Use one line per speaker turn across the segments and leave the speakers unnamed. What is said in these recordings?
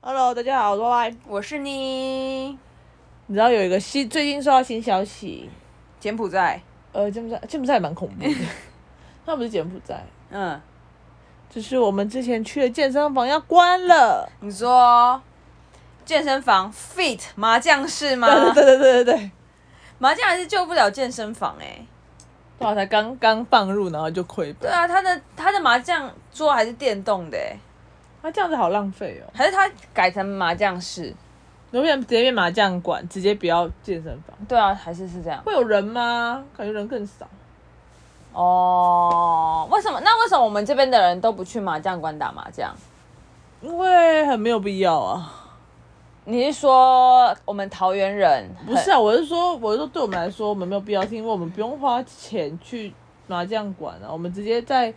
Hello，大家好，我是 Y。
我是你，
你知道有一个新最近收到新消息，
柬埔寨，
呃，柬埔寨柬埔寨也蛮恐 怖的，那不是柬埔寨，
嗯，
就是我们之前去的健身房要关了。
你说健身房 fit 麻将室吗？
对对对对对 对，
麻将还是救不了健身房哎、
对啊，才刚刚放入，然后就亏
对
本。
啊，他的他的麻将桌还是电动的哎、
那、啊这样子好浪费哦，
还是他改成麻将室？
能不能直接变麻将馆，直接不要健身房？
对啊，还是是这样
会有人吗？感觉人更少。
哦。为什么？那为什么我们这边的人都不去麻将馆打麻将？
因为很没有必要啊，
你是说我们桃园人
不是啊，我是说，我是说，对我们来说，我们没有必要听，因为我们不用花钱去麻将馆啊，我们直接在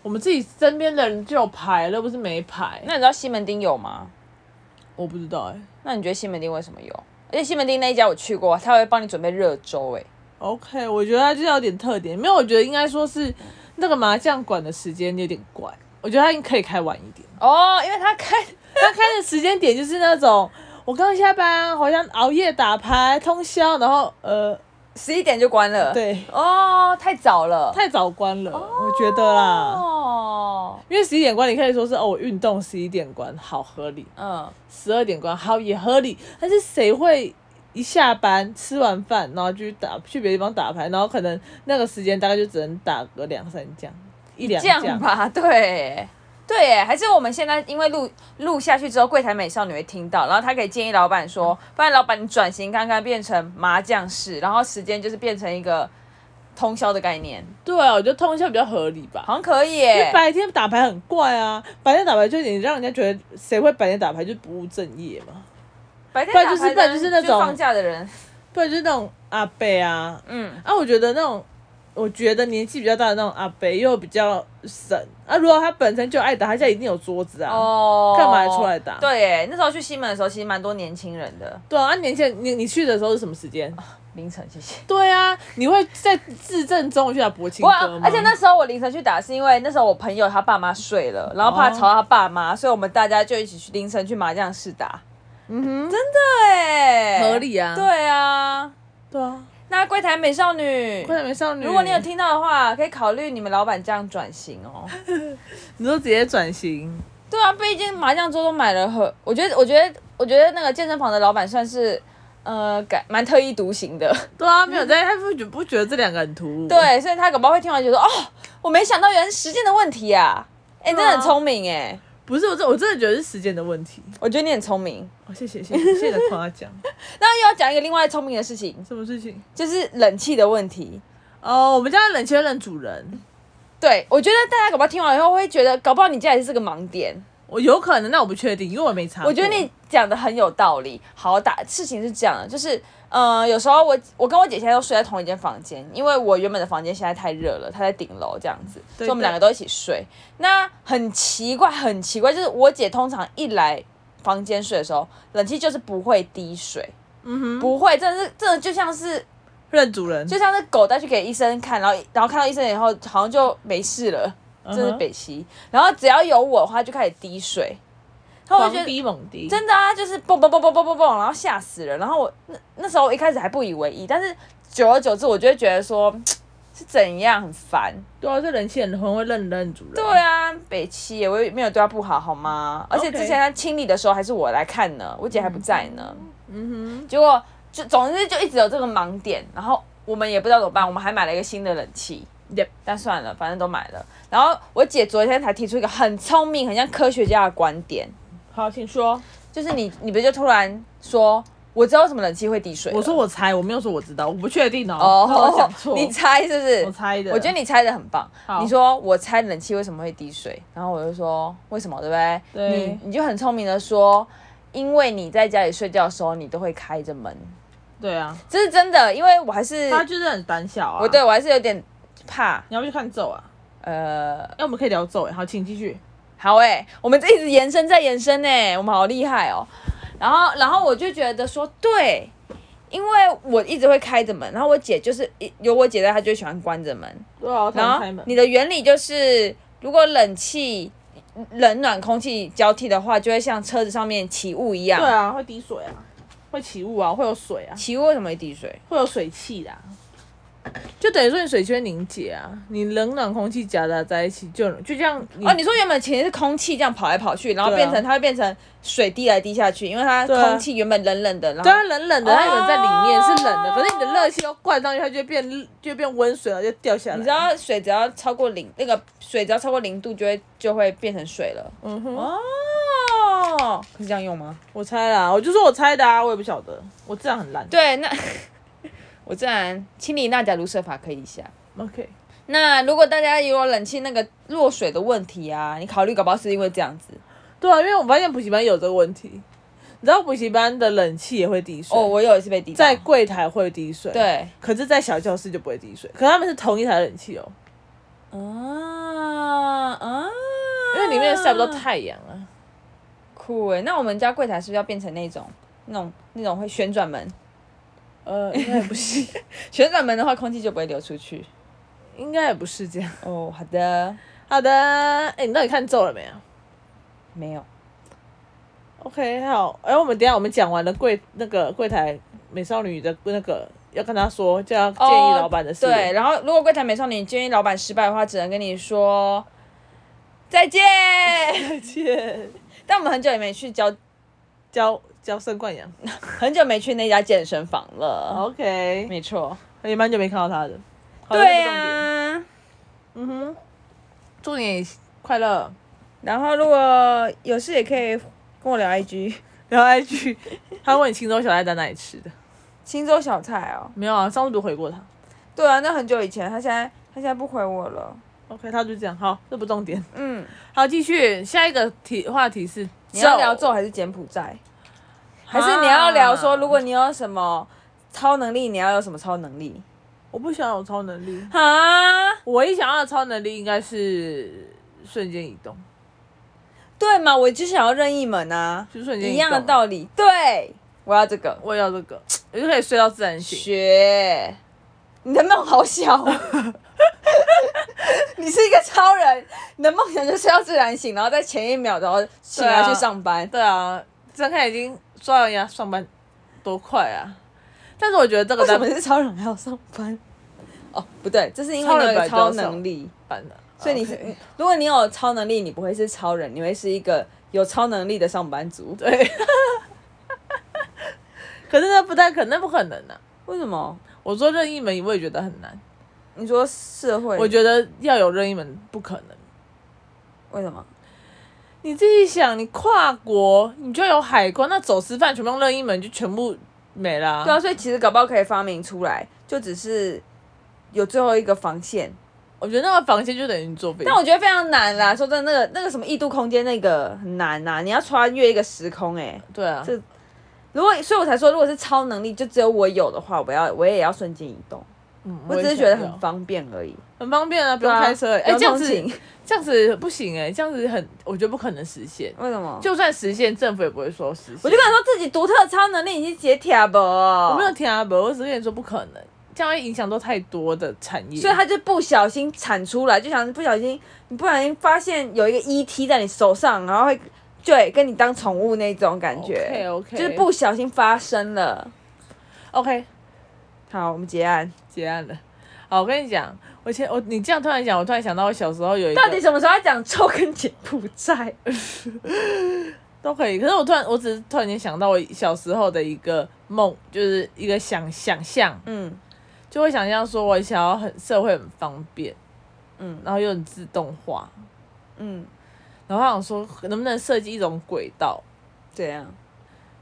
我们自己身边的人就有牌了，又不是没牌。
那你知道西门町有吗？
我不知道哎、
那你觉得西门町为什么有？而且西门町那一家我去过，他会帮你准备热粥哎、
OK，我觉得它就是有点特点，没有，我觉得应该说是那个麻将馆的时间有点怪，我觉得它应该可以开晚一点。
哦，因为他开
它开的时间点就是那种我刚下班，啊好像熬夜打牌通宵，然后呃，
十一点就关了。，
对，
哦，太早了。
太早关了，我觉得啦。
哦，
因为十一点关，你可以说是哦，我运动十一点关，好合理；
嗯，
十二点关，好也合理。但是谁会一下班吃完饭，然后去打去别的地方打牌，然后可能那个时间大概就只能打个两三将，一两
这样吧，对。对耶，还是我们现在因为录录下去之后，柜台美少女会听到，然后她可以建议老板说，不然老板你转型看看，变成麻将室，然后时间就是变成一个通宵的概念，
对啊，我觉得通宵比较合理吧。
好像可以
因为
耶。
白天打牌很怪啊，白天打牌就你让人家觉得谁会白天打牌就是不务正业嘛，
白天
不然
打
就是
牌的
不然
人
就是那种
放假的人，
不然就是那种阿伯啊，
嗯，
啊，我觉得那种，我觉得年纪比较大的那种阿伯又比较省啊。如果他本身就爱打，他家一定有桌子啊。
哦，
干嘛出来打
对耶，那时候去西门的时候，其实蛮多年轻人的。
对啊，啊年轻人，你你去的时候是什么时 间？
凌晨，谢谢。
对啊，你会在自证中午去打博青
不
哥吗
啊，？而且那时候我凌晨去打，是因为那时候我朋友他爸妈睡了，然后
哦
怕吵到他爸妈，所以我们大家就一起去凌晨去麻将室打。
嗯哼，
对，
合理啊
对啊，
对啊，
那柜台美少女，
快点美少女。
如果你有，听到的话，可以考虑你们老板这样转型 哦。
你说直接转型，
对啊，毕竟麻将桌都买了很，我觉得，我觉得，我觉得那个健身房的老板算是。呃，感蛮特立独 行的，
对啊，没有在，他不觉不觉得这两个很突兀？，
对，所以他搞不好会听完觉得，哦，我没想到原来是时间的问题啊，哎、你真的很
对啊
聪明哎、
不是我真我真的觉得是时间的问题。
我觉得你很聪明，
哦，谢谢谢 谢谢谢你的夸奖，
那又要讲一个另外聪明的事情，
什么事情？
就是冷气的问题。
哦，我们家的冷气会认主人，
对，我觉得大家搞不好听完以后会觉得，搞不好你家也是个盲点。
我有可能，但我不确定，因为我没查过。
我觉得你讲的很有道理。好打事情是这样的，就是呃，有时候我我跟我姐现在都睡在同一间房间，因为我原本的房间现在太热了，她在顶楼这样子，所
对
以我们两个都一起睡。那很奇怪，很奇怪，就是我姐通常一来房间睡的时候，冷气就是不会滴水，
嗯哼，
不会，真的是真的就像是
认主人，
就像是狗带去给医生看，然后然后看到医生以后，好像就没事了，
嗯
这
哼
是北西。然后只要有我的话，就开始滴水，然后我
狂
就觉得
滴猛滴，
真的啊，就是蹦蹦蹦蹦蹦蹦蹦，然后吓死人。然后我那那时候我一开始还不以为意，但是久而久之，我就会觉得说是怎样很烦。
对啊，这人气很很会认认主人。
对啊，北七我也没有对他不好好吗？而且
OK
之前他清理的时候还是我来看呢，我姐还不在呢。
嗯
结果就总之就一直有这个盲点，然后我们也不知道怎么办，我们还买了一个新的冷气。
哼，yep，
但算了，反正都买了。然后我姐昨天才提出一个很聪明、很像科学家的观点，
好，请说。
就是你，你不就突然说，我知道为什么冷气会滴水了。
我说我猜，我没有说我知道，我不确定哦，怕
哦
我 讲，错。
你猜是不是？
我猜的，
我觉得你猜的很棒
好。
你说我猜冷气为什么会滴水，然后我就说为什么，对不对？
对
你你就很聪明的说，因为你在家里睡觉的时候，你都会开着门，
对啊，
这是真的，因为我还是
他就是很胆小啊。
我对，我还是有点怕，
你要不要去看咒啊？
呃，
哎，我们可以聊咒哎，好，请继续。
好哎、我们这一直延伸再延伸呢、我们好厉害哦。然后，然后我就觉得说，对，因为我一直会开着门，然后我姐就是一有我姐在，她就喜欢关着门。
对啊，我
然后你的原理就是，如果冷气冷暖空气交替的话，就会像车子上面起雾一样。
对啊，会滴水啊，会起雾啊，会有水啊，
起雾为什么会滴水？
会有水汽啊啦、就等于说你水汽会凝结啊，你冷暖空气夹杂在一起，就就像你
哦，你说原本其实是空气这样跑来跑去，然后
对啊
变成、它会变成水滴来滴下去，因为它
对啊
空气原本冷冷的，然
对啊，
后
冷冷的，它有人在里面
哦
是冷的，可是你的热气又灌上去，它就会变就变温水了，就掉下来。
你知？道水只要超过零，那个水只要超过零度就会就会变成水了。
嗯哼，
哦，是这样用吗？
我猜啦，我就说我猜的啊，我也不晓得，我这样很烂。
对，那 我自然清理大家如设法可以一下。
，OK，
那如果大家有冷气那个落水的问题啊，你考虑搞不好是因为这样子
对啊，因为我发现补习班有这个问题，你知道补习班的冷气也会滴水，
哦。我有一次被滴到
在柜台会滴水，，
对
可是，在小教室就不会滴水，可是他们是同一台冷气哦，
啊啊，
因为里面晒不到太阳啊。
酷哎。那我们家柜台是不是要变成那种那种那种会旋转门？
呃，应该也不是，
旋转门的话，空气就不会流出去。
应该也不是这样。
哦，好的，
好的，哎、你到底看皱了没有
没有。
？OK，好，哎、我们等一下我们讲完了柜那个柜台美少女的那个，要跟他说，就要建议老板的事。
哦对，，然后如果柜台美少女建议老板失败的话，只能跟你说再 见。
再 见，
但我们很久也没去教，
娇娇生惯
嗯
养。
很久没去那家健身房了。
OK，
哦没错，
也蛮久没看到他的。好的
对啊
这是重点
呀、
嗯哼，祝你快乐。
然后如果有事也可以跟我聊 IG。
然后 IG，他问你青州小菜在哪里吃的？
青州小菜哦，
没有啊，上次不是回过他。
对啊，那很久以前，他现在他现在不回我了。
OK，他就这样。好，这不重点。
嗯，
好，继续下一个题话题是
你要聊
咒
咒还是柬埔寨？还是你要聊说，如果你有什么超能力，你要有什么超能力？
我不想有超能力，
哈，
我一想要的超能力应该是瞬间移动，
对嘛，我就想要任意门啊，
就是瞬间
一
移动
样的道理。对，我要这个
我也要这个，我就可以睡到自然醒。
学。你的梦好小 哦，你是一个超人，你的梦想就是要自然醒，然后在前一秒然后醒来
对啊
去上班。
对啊，睁开眼睛刷完牙上班多快啊！但是我觉得这个
为什
在
么是超人还要上班？哦，不对，这是因为
超
你
人
有一
本来
哦个
就要
超
上
能力，
班的，啊
所以你是嗯
OK
如果你有超能力，你不会是超人，你会是一个有超能力的上班族。
对。可是那不太可能，那不可能啊！
为什么？
我说任意门，我也觉得很难。
你说社会？
我觉得要有任意门不可能。
为什么？
你自己想，你跨国你就有海关，那走私犯全部用任意门就全部没啦、
对啊，所以其实搞不好可以发明出来，就只是有最后一个防线。
我觉得那个防线就等于你坐飞机
但。我觉得非常难啦，说真的，那个那个什么异度空间那个很难呐、你要穿越一个时空哎、
对啊，
这如果所以我才说，如果是超能力，就只有我有的话，我要我也要瞬间移动。
嗯
我
也
只是
想
觉得
要
很方便而已，
很方便啊，不用
对啊
开车欸。哎、
不
这样
用
子
通勤
这样子不行哎、这样子很，我觉得不可能实现。
为什么？
就算实现，政府也不会说实现。
哦我就哦跟他说自己独特超能力已经解铁不，
我
我
没有，听阿伯，我只是跟你说不可能，这样会影响到太多的产业。
所以他就不小心产出来，就想不小心，你不小心发现有一个 ET 在你手上，然后会对跟你当宠物那种感觉
OK，OK
就是不小心发生了。
OK
好，我们结案。
结案了。好，我跟你讲，我前我你这样突然讲，我突然想到我小时候有一个
到底什么时候要讲臭跟柬埔寨？
都可以，可是我突然我只是突然间想到我小时候的一个梦，就是一个想想象，
嗯
就会想象说我想要很社会很方便，
嗯
然后又很自动化，
嗯，
然后我想说能不能设计一种轨道，
怎样？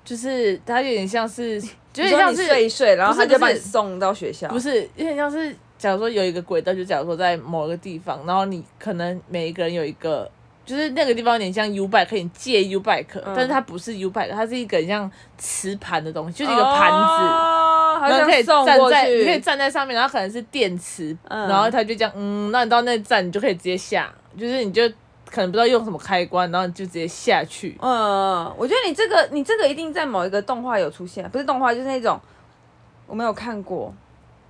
就是它有点像 是，就有点
你说
像
你
是
睡一睡，然后
不是
他就把
不
你
是
送到学校。
不是有点像是，假如说有一个轨道，就假如说在某个地方，然后你可能每一个人有一个，就是那个地方有点像 U bike，可以借 U bike，、
嗯
但是它不是 U bike，它是一个很像磁盘的东西，就是一个盘子。
哦、好
然后
像
可以
送
站
过
在，你可以
去。
站在上面，然后可能是电池，
嗯
然后它就这样，嗯，那你到那站你就可以直接下，就是你就可能不知道用什么开关，然后你就直接下去。
嗯，我觉得你这个你这个一定在某一个动画有出现，不是动画就是那种我没有看过。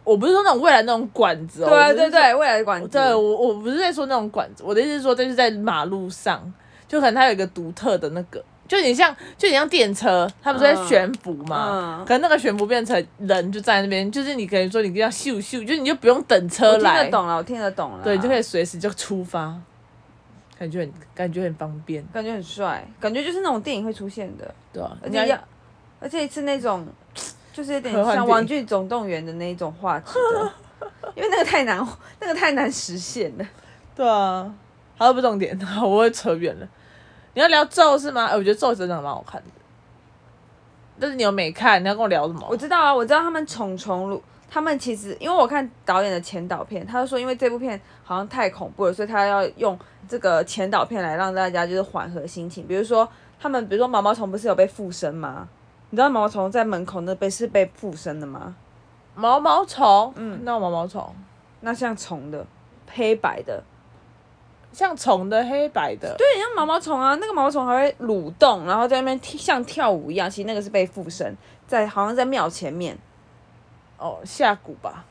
我不是说那种未来那种管子哦，
对啊
我
对
是说，
对，未来的管子。
对我我不是在说那种管子，我的意思是说，这就是在马路上，就可能它有一个独特的那个，就你像就你像电车，它不是在
嗯
悬浮嘛，
嗯
可能那个悬浮变成人就站在那边，就是你可以说你这样咻咻，就是你就不用等车
我听得
来，
懂了，我听得懂了，
对，你就可
以
以随时就出发，感觉很感觉很方便，
感觉很帅，感觉就是那种电影会出现的，
对吧、啊？
而
人家
且要，而且是那种就是有点
科幻
像《
电
玩
影
具总动员》的那一种画质的，因为那个太难，那个太难实现了。
对啊，好，不重点， 好，我会扯远了。你要聊咒是吗？哎、我觉得咒真的蛮好看的，但是你有没看？你要跟我聊什么？
我知道啊，我知道他们虫虫如他们其实因为我看导演的前导片，他就说因为这部片好像太恐怖了，所以他要用这个前导片来让大家就是缓和心情。比如说他们，比如说毛毛虫不是有被附身吗？你知道毛毛虫在门口那被是被附身的吗？
毛毛虫，嗯，那毛毛虫
那像虫的黑白的，
像虫的黑白的，
对，像毛毛虫啊，那个毛毛虫还会蠕动，然后在那边跳像跳舞一样。其实那个是被附身在好像在庙前面。
哦，下蛊吧，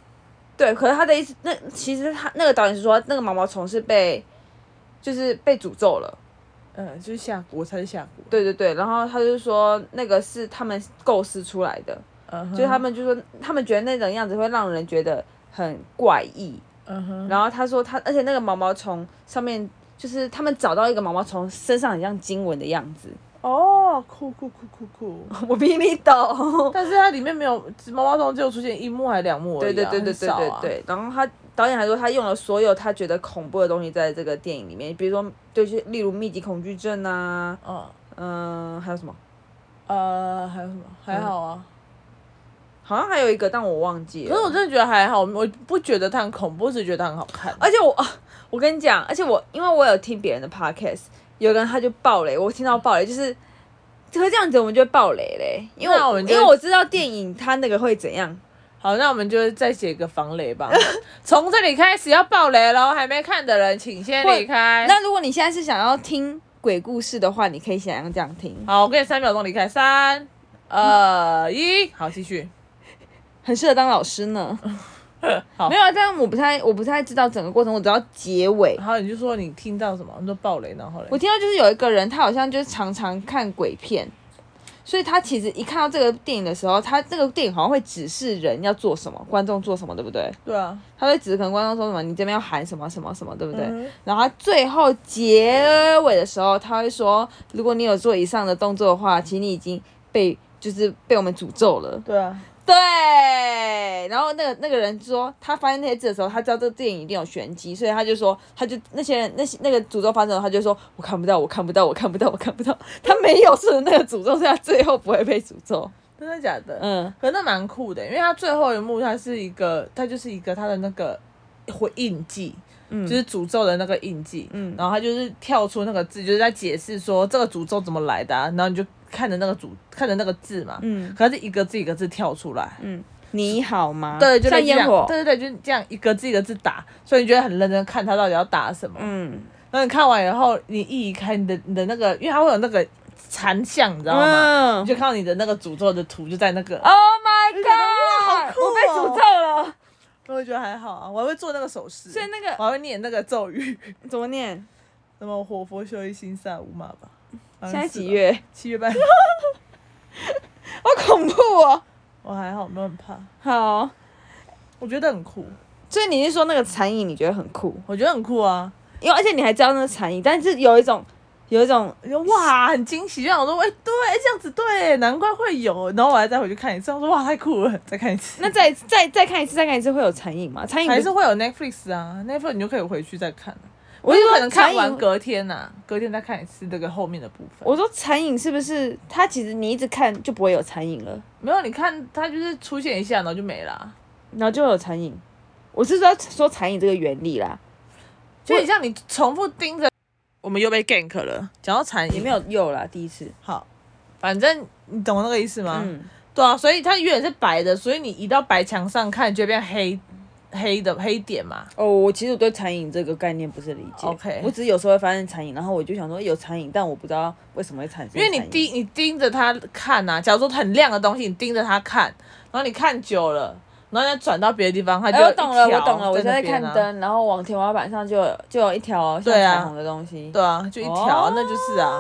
对，可是他的意思，那其实他那个导演是说，那个毛毛虫是被，就是被诅咒了。
嗯，就是下蛊，我猜是下蛊，
对对对，然后他就说那个是他们构思出来的，
嗯哼，
就是他们就说他们觉得那种样子会让人觉得很怪异。
嗯哼，
然后他说他，而且那个毛毛虫上面就是他们找到一个毛毛虫身上很像经文的样子，
哦，酷酷酷酷酷，
我比你懂。
但是它里面没有毛毛虫，只有出现一幕还两幕而
对
已
对
啊、
对对
很
对
少啊，
对对。然后他导演还说，他用了所有他觉得恐怖的东西在这个电影里面，比如说就是例如密集恐惧症啊，
嗯
嗯，还有什么？
呃，还有什么？
嗯
还好啊。
好像还有一个，但我忘记了。
可是我真的觉得还好，我不觉得它很恐怖，我只是觉得它很好看。
而且我 啊，我跟你讲，而且我因为我有听别人的 podcast，有个人他就爆雷，我听到爆雷就是。可是这样子我们就会爆雷嘞，因为
那我们
因
就
为我知道电影它那个会怎样，
好，那我们就再写个防雷吧。 从这里开始要爆雷喽，还没看的人请先离开。
那如果你现在是想要听鬼故事的话，你可以想要这样听，
好，我给你三秒钟离开，三、二、一，好，继续。
很适合当老师呢。
好
没有，啊，但我不太我不太知道整个过程，我只要结尾。
然后你就说你听到什么？你说爆雷，然后嘞
我，听到就是有一个人，他好像就是常常看鬼片，所以他其实一看到这个电影的时候，他这个电影好像会指示人要做什么，观众做什么，对不对？
对啊，
他会指可能观众说什么，你这边要喊什么什么什么，对不对？
嗯
然后他最后结尾的时候，他会说，如果你有做以上的动作的话，其实你已经被就是被我们诅咒了。
对啊，
对，然后那个那个人说，他发现那些字的时候，他知道这个电影一定有玄机，所以他就说，他就那些人那些那个诅咒发生的时候，他就说我看不到，我看不到，我看不到，我看不到，他没有顺着那个诅咒，所以他最后不会被诅咒。
真的假的？
嗯，
可是那蛮酷的，因为它最后一幕，它是一个，它就是一个它的那个回印记，
嗯
就是诅咒的那个印记，
嗯
然后它就是跳出那个字，就是在解释说这个诅咒怎么来的、啊，然后你就看着那个诅，看着那个字嘛，
嗯
可是一个字一个字跳出来，
你好吗？
对，就类
啊像
似这
烟
样
火。
对对对，就这样一个字一个字打，所以你觉得很认真看它到底要打什么，
嗯，
然后你看完以后，你一移开你的你的那个，因为它会有那个残像，你知道吗？
嗯
你就看到你的那个诅咒的图就在那个，
，Oh my
哇好
God，
酷哦
我被诅咒了。
我觉得还好啊，我还会做那个手势，
所以那个
我还会念那个咒语，
怎么念？
什么“活佛修一心善无马”吧。好
现
像
在
是
几
吧？
月？
七月半。
好恐怖哦。
我还好，没有很怕。
好，
我觉得很酷，
所以你是说那个残影你觉得很酷？
我觉得很酷啊！
因为而且你还知道那是残影，但是有一种有一种
我就哇，很惊喜，就想说，哎、对，这样子对，难怪会有。然后我还再回去看一次，我说哇，太酷了，再看一次。
那再再再看一次，再看一次会有残影吗？残影不
还是会有 Netflix 啊，Netflix 你就可以回去再看。
我
就是可能
说
看
残
完
影，
隔天呐、啊隔天再看一次这个后面的部分。
我说残影是不是它其实你一直看就不会有残影了，
没有，你看它就是出现一下，然后就没了啊、
然后就会有残影？我是说说残影这个原理啦，
就很像你重复盯着。我们又被 gank 了，讲到残
也
影
没有用啦，第一次。
好，反正你懂那个意思吗？
嗯，
对啊，所以它原本是白的，所以你移到白墙上看就会变黑黑的黑点嘛。
哦，我其实我对残影这个概念不是理解
OK
我只是有时候会发现残影，然后我就想说有残影，但我不知道为什么会产生
因
残
为
影。
你盯你盯着它看呐、啊，假如说很亮的东西，你盯着它看，然后你看久了，然后再转到别的地方，它就、
哎，我懂了，我懂了，我就在啊看
灯。
灯，然后往天花板上就有就有一条像
对啊
彩虹的东西。
对啊，就一条，
哦
那就是啊，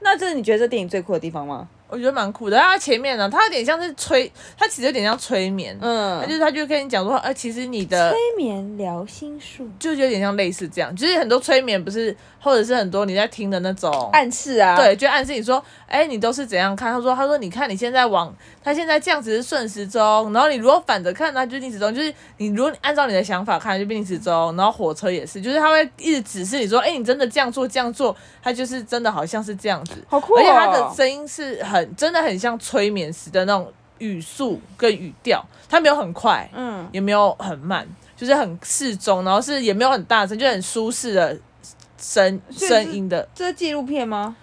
那这是你觉得这电影最酷的地方吗？
我觉得蛮酷的。但它前面呢，它有点像是催，它其实有点像催眠，
嗯
它就是它就跟你讲说，呃，其实你的
催眠疗心术，
就有点像类似这样，就是很多催眠不是，或者是很多你在听的那种。
暗示啊，，
对，就暗示你说，哎、你都是怎样看？他说，他说，你看你现在往，他现在这样子是顺时钟，然后你如果反着看，那就是逆时钟，就是你如果按照你的想法看，就变逆时钟。然后火车也是，就是他会一直指示你说，哎、你真的这样做，这样做，他就是真的好像是这样子。
好酷哦。
而且他的声音是很，真的很像催眠时的那种语速跟语调，他没有很快，
嗯，
也没有很慢，就是很适中，然后是也没有很大声，就是很舒适的声
所以是
声音的
这是纪录片吗？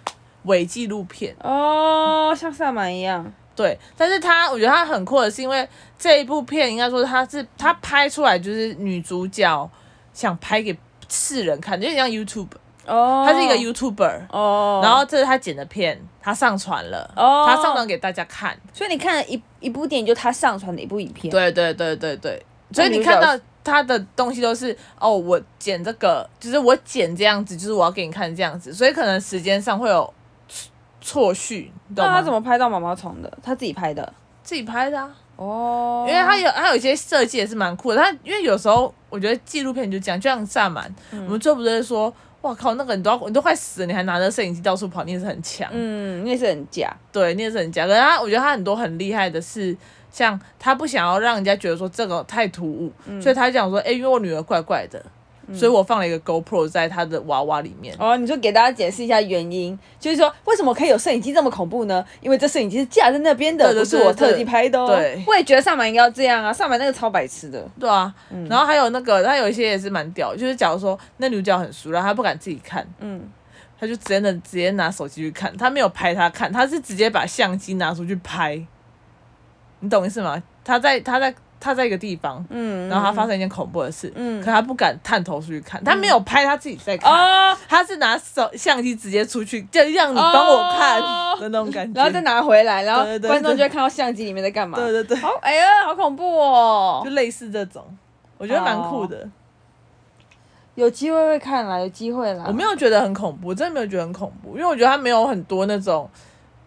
伪纪录片。
哦，像萨满一样。
对，但是他我觉得他很酷的是，因为这一部片应该说他是他拍出来就是女主角想拍给世人看，就有点像 YouTube，
哦，
他是一个 YouTuber，、
哦，
然后这是他剪的片，他上传了，
哦
他上传给大家看。
所以你看了一一部电影，就他上传的一部影片。
对对对对对，
那
所以
你
你
就
看
表
到他的东西都是哦，我剪这个，就是我剪这样子，就是我要给你看这样子，所以可能时间上会有错错序，你懂
那
吗？
他怎么拍到毛毛虫的？他自己拍的。
自己拍的啊？
哦，
因为他有他有一些设计也是蛮酷的，他因为有时候我觉得纪录片就这样，就像萨满，
嗯
我们最后不是说。哇靠！那个你都要你都快死了，你还拿着摄影机到处跑，你也是很强。
嗯，那是很假。
对，你也是很强。可是他，我觉得他很多很厉害的是，像他不想要让人家觉得说这个太突兀，所以他就讲说，哎、因为我女儿怪怪的，所以我放了一个 GoPro 在她的娃娃里面。
哦，你就给大家解释一下原因，就是说为什么可以有摄影机这么恐怖呢？因为这摄影机是架在那边的，
对对
不是
对
我
对
特地拍的哦。
对
我也觉得上满应该要这样啊，上满那个超白 痴的。
对啊，
嗯
然后还有那个，他有一些也是蛮屌，就是假如说那女主角很熟，然后她不敢自己看，
嗯，
她就直接能直接拿手机去看，她没有拍她看，她是直接把相机拿出去拍，你懂意思吗？她在她在她在一个地方，
嗯
然后她发生一件恐怖的事，
嗯
可她不敢探头出去看，她没有拍，她自己在看。
哦，
他是拿手相机直接出去，就让你帮我看
哦
的那种感觉。
然后再拿回来，然后
对对对
观众
对
就会看到相机里面在干嘛。
对对对，
好，哎呀，好恐怖哦
就！类似这种，我觉得蛮酷的。
有机会会看啦，有机会啦。
我没有觉得很恐怖，真的没有觉得很恐怖，因为我觉得他没有很多那种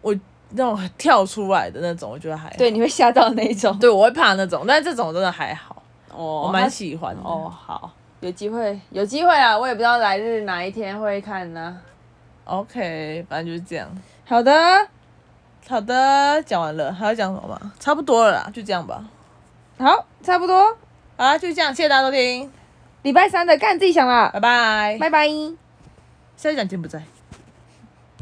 我那种跳出来的那种，我觉得还好
对，你会吓到那一种。
对，我会怕那种，但是这种真的还好，
哦，
我蛮喜欢的。
哦，好，有机会，有机会啊！我也不知道来日哪一天会看呢、
OK，反正就是这样。
好的，
好的，讲完了，还要讲什么吗？差不多了啦，就这样吧。
好，差不多，
好啦，就这样，谢谢大家收听，
礼拜三的干自己想啦，
拜拜。
拜拜。
下一讲柬埔寨。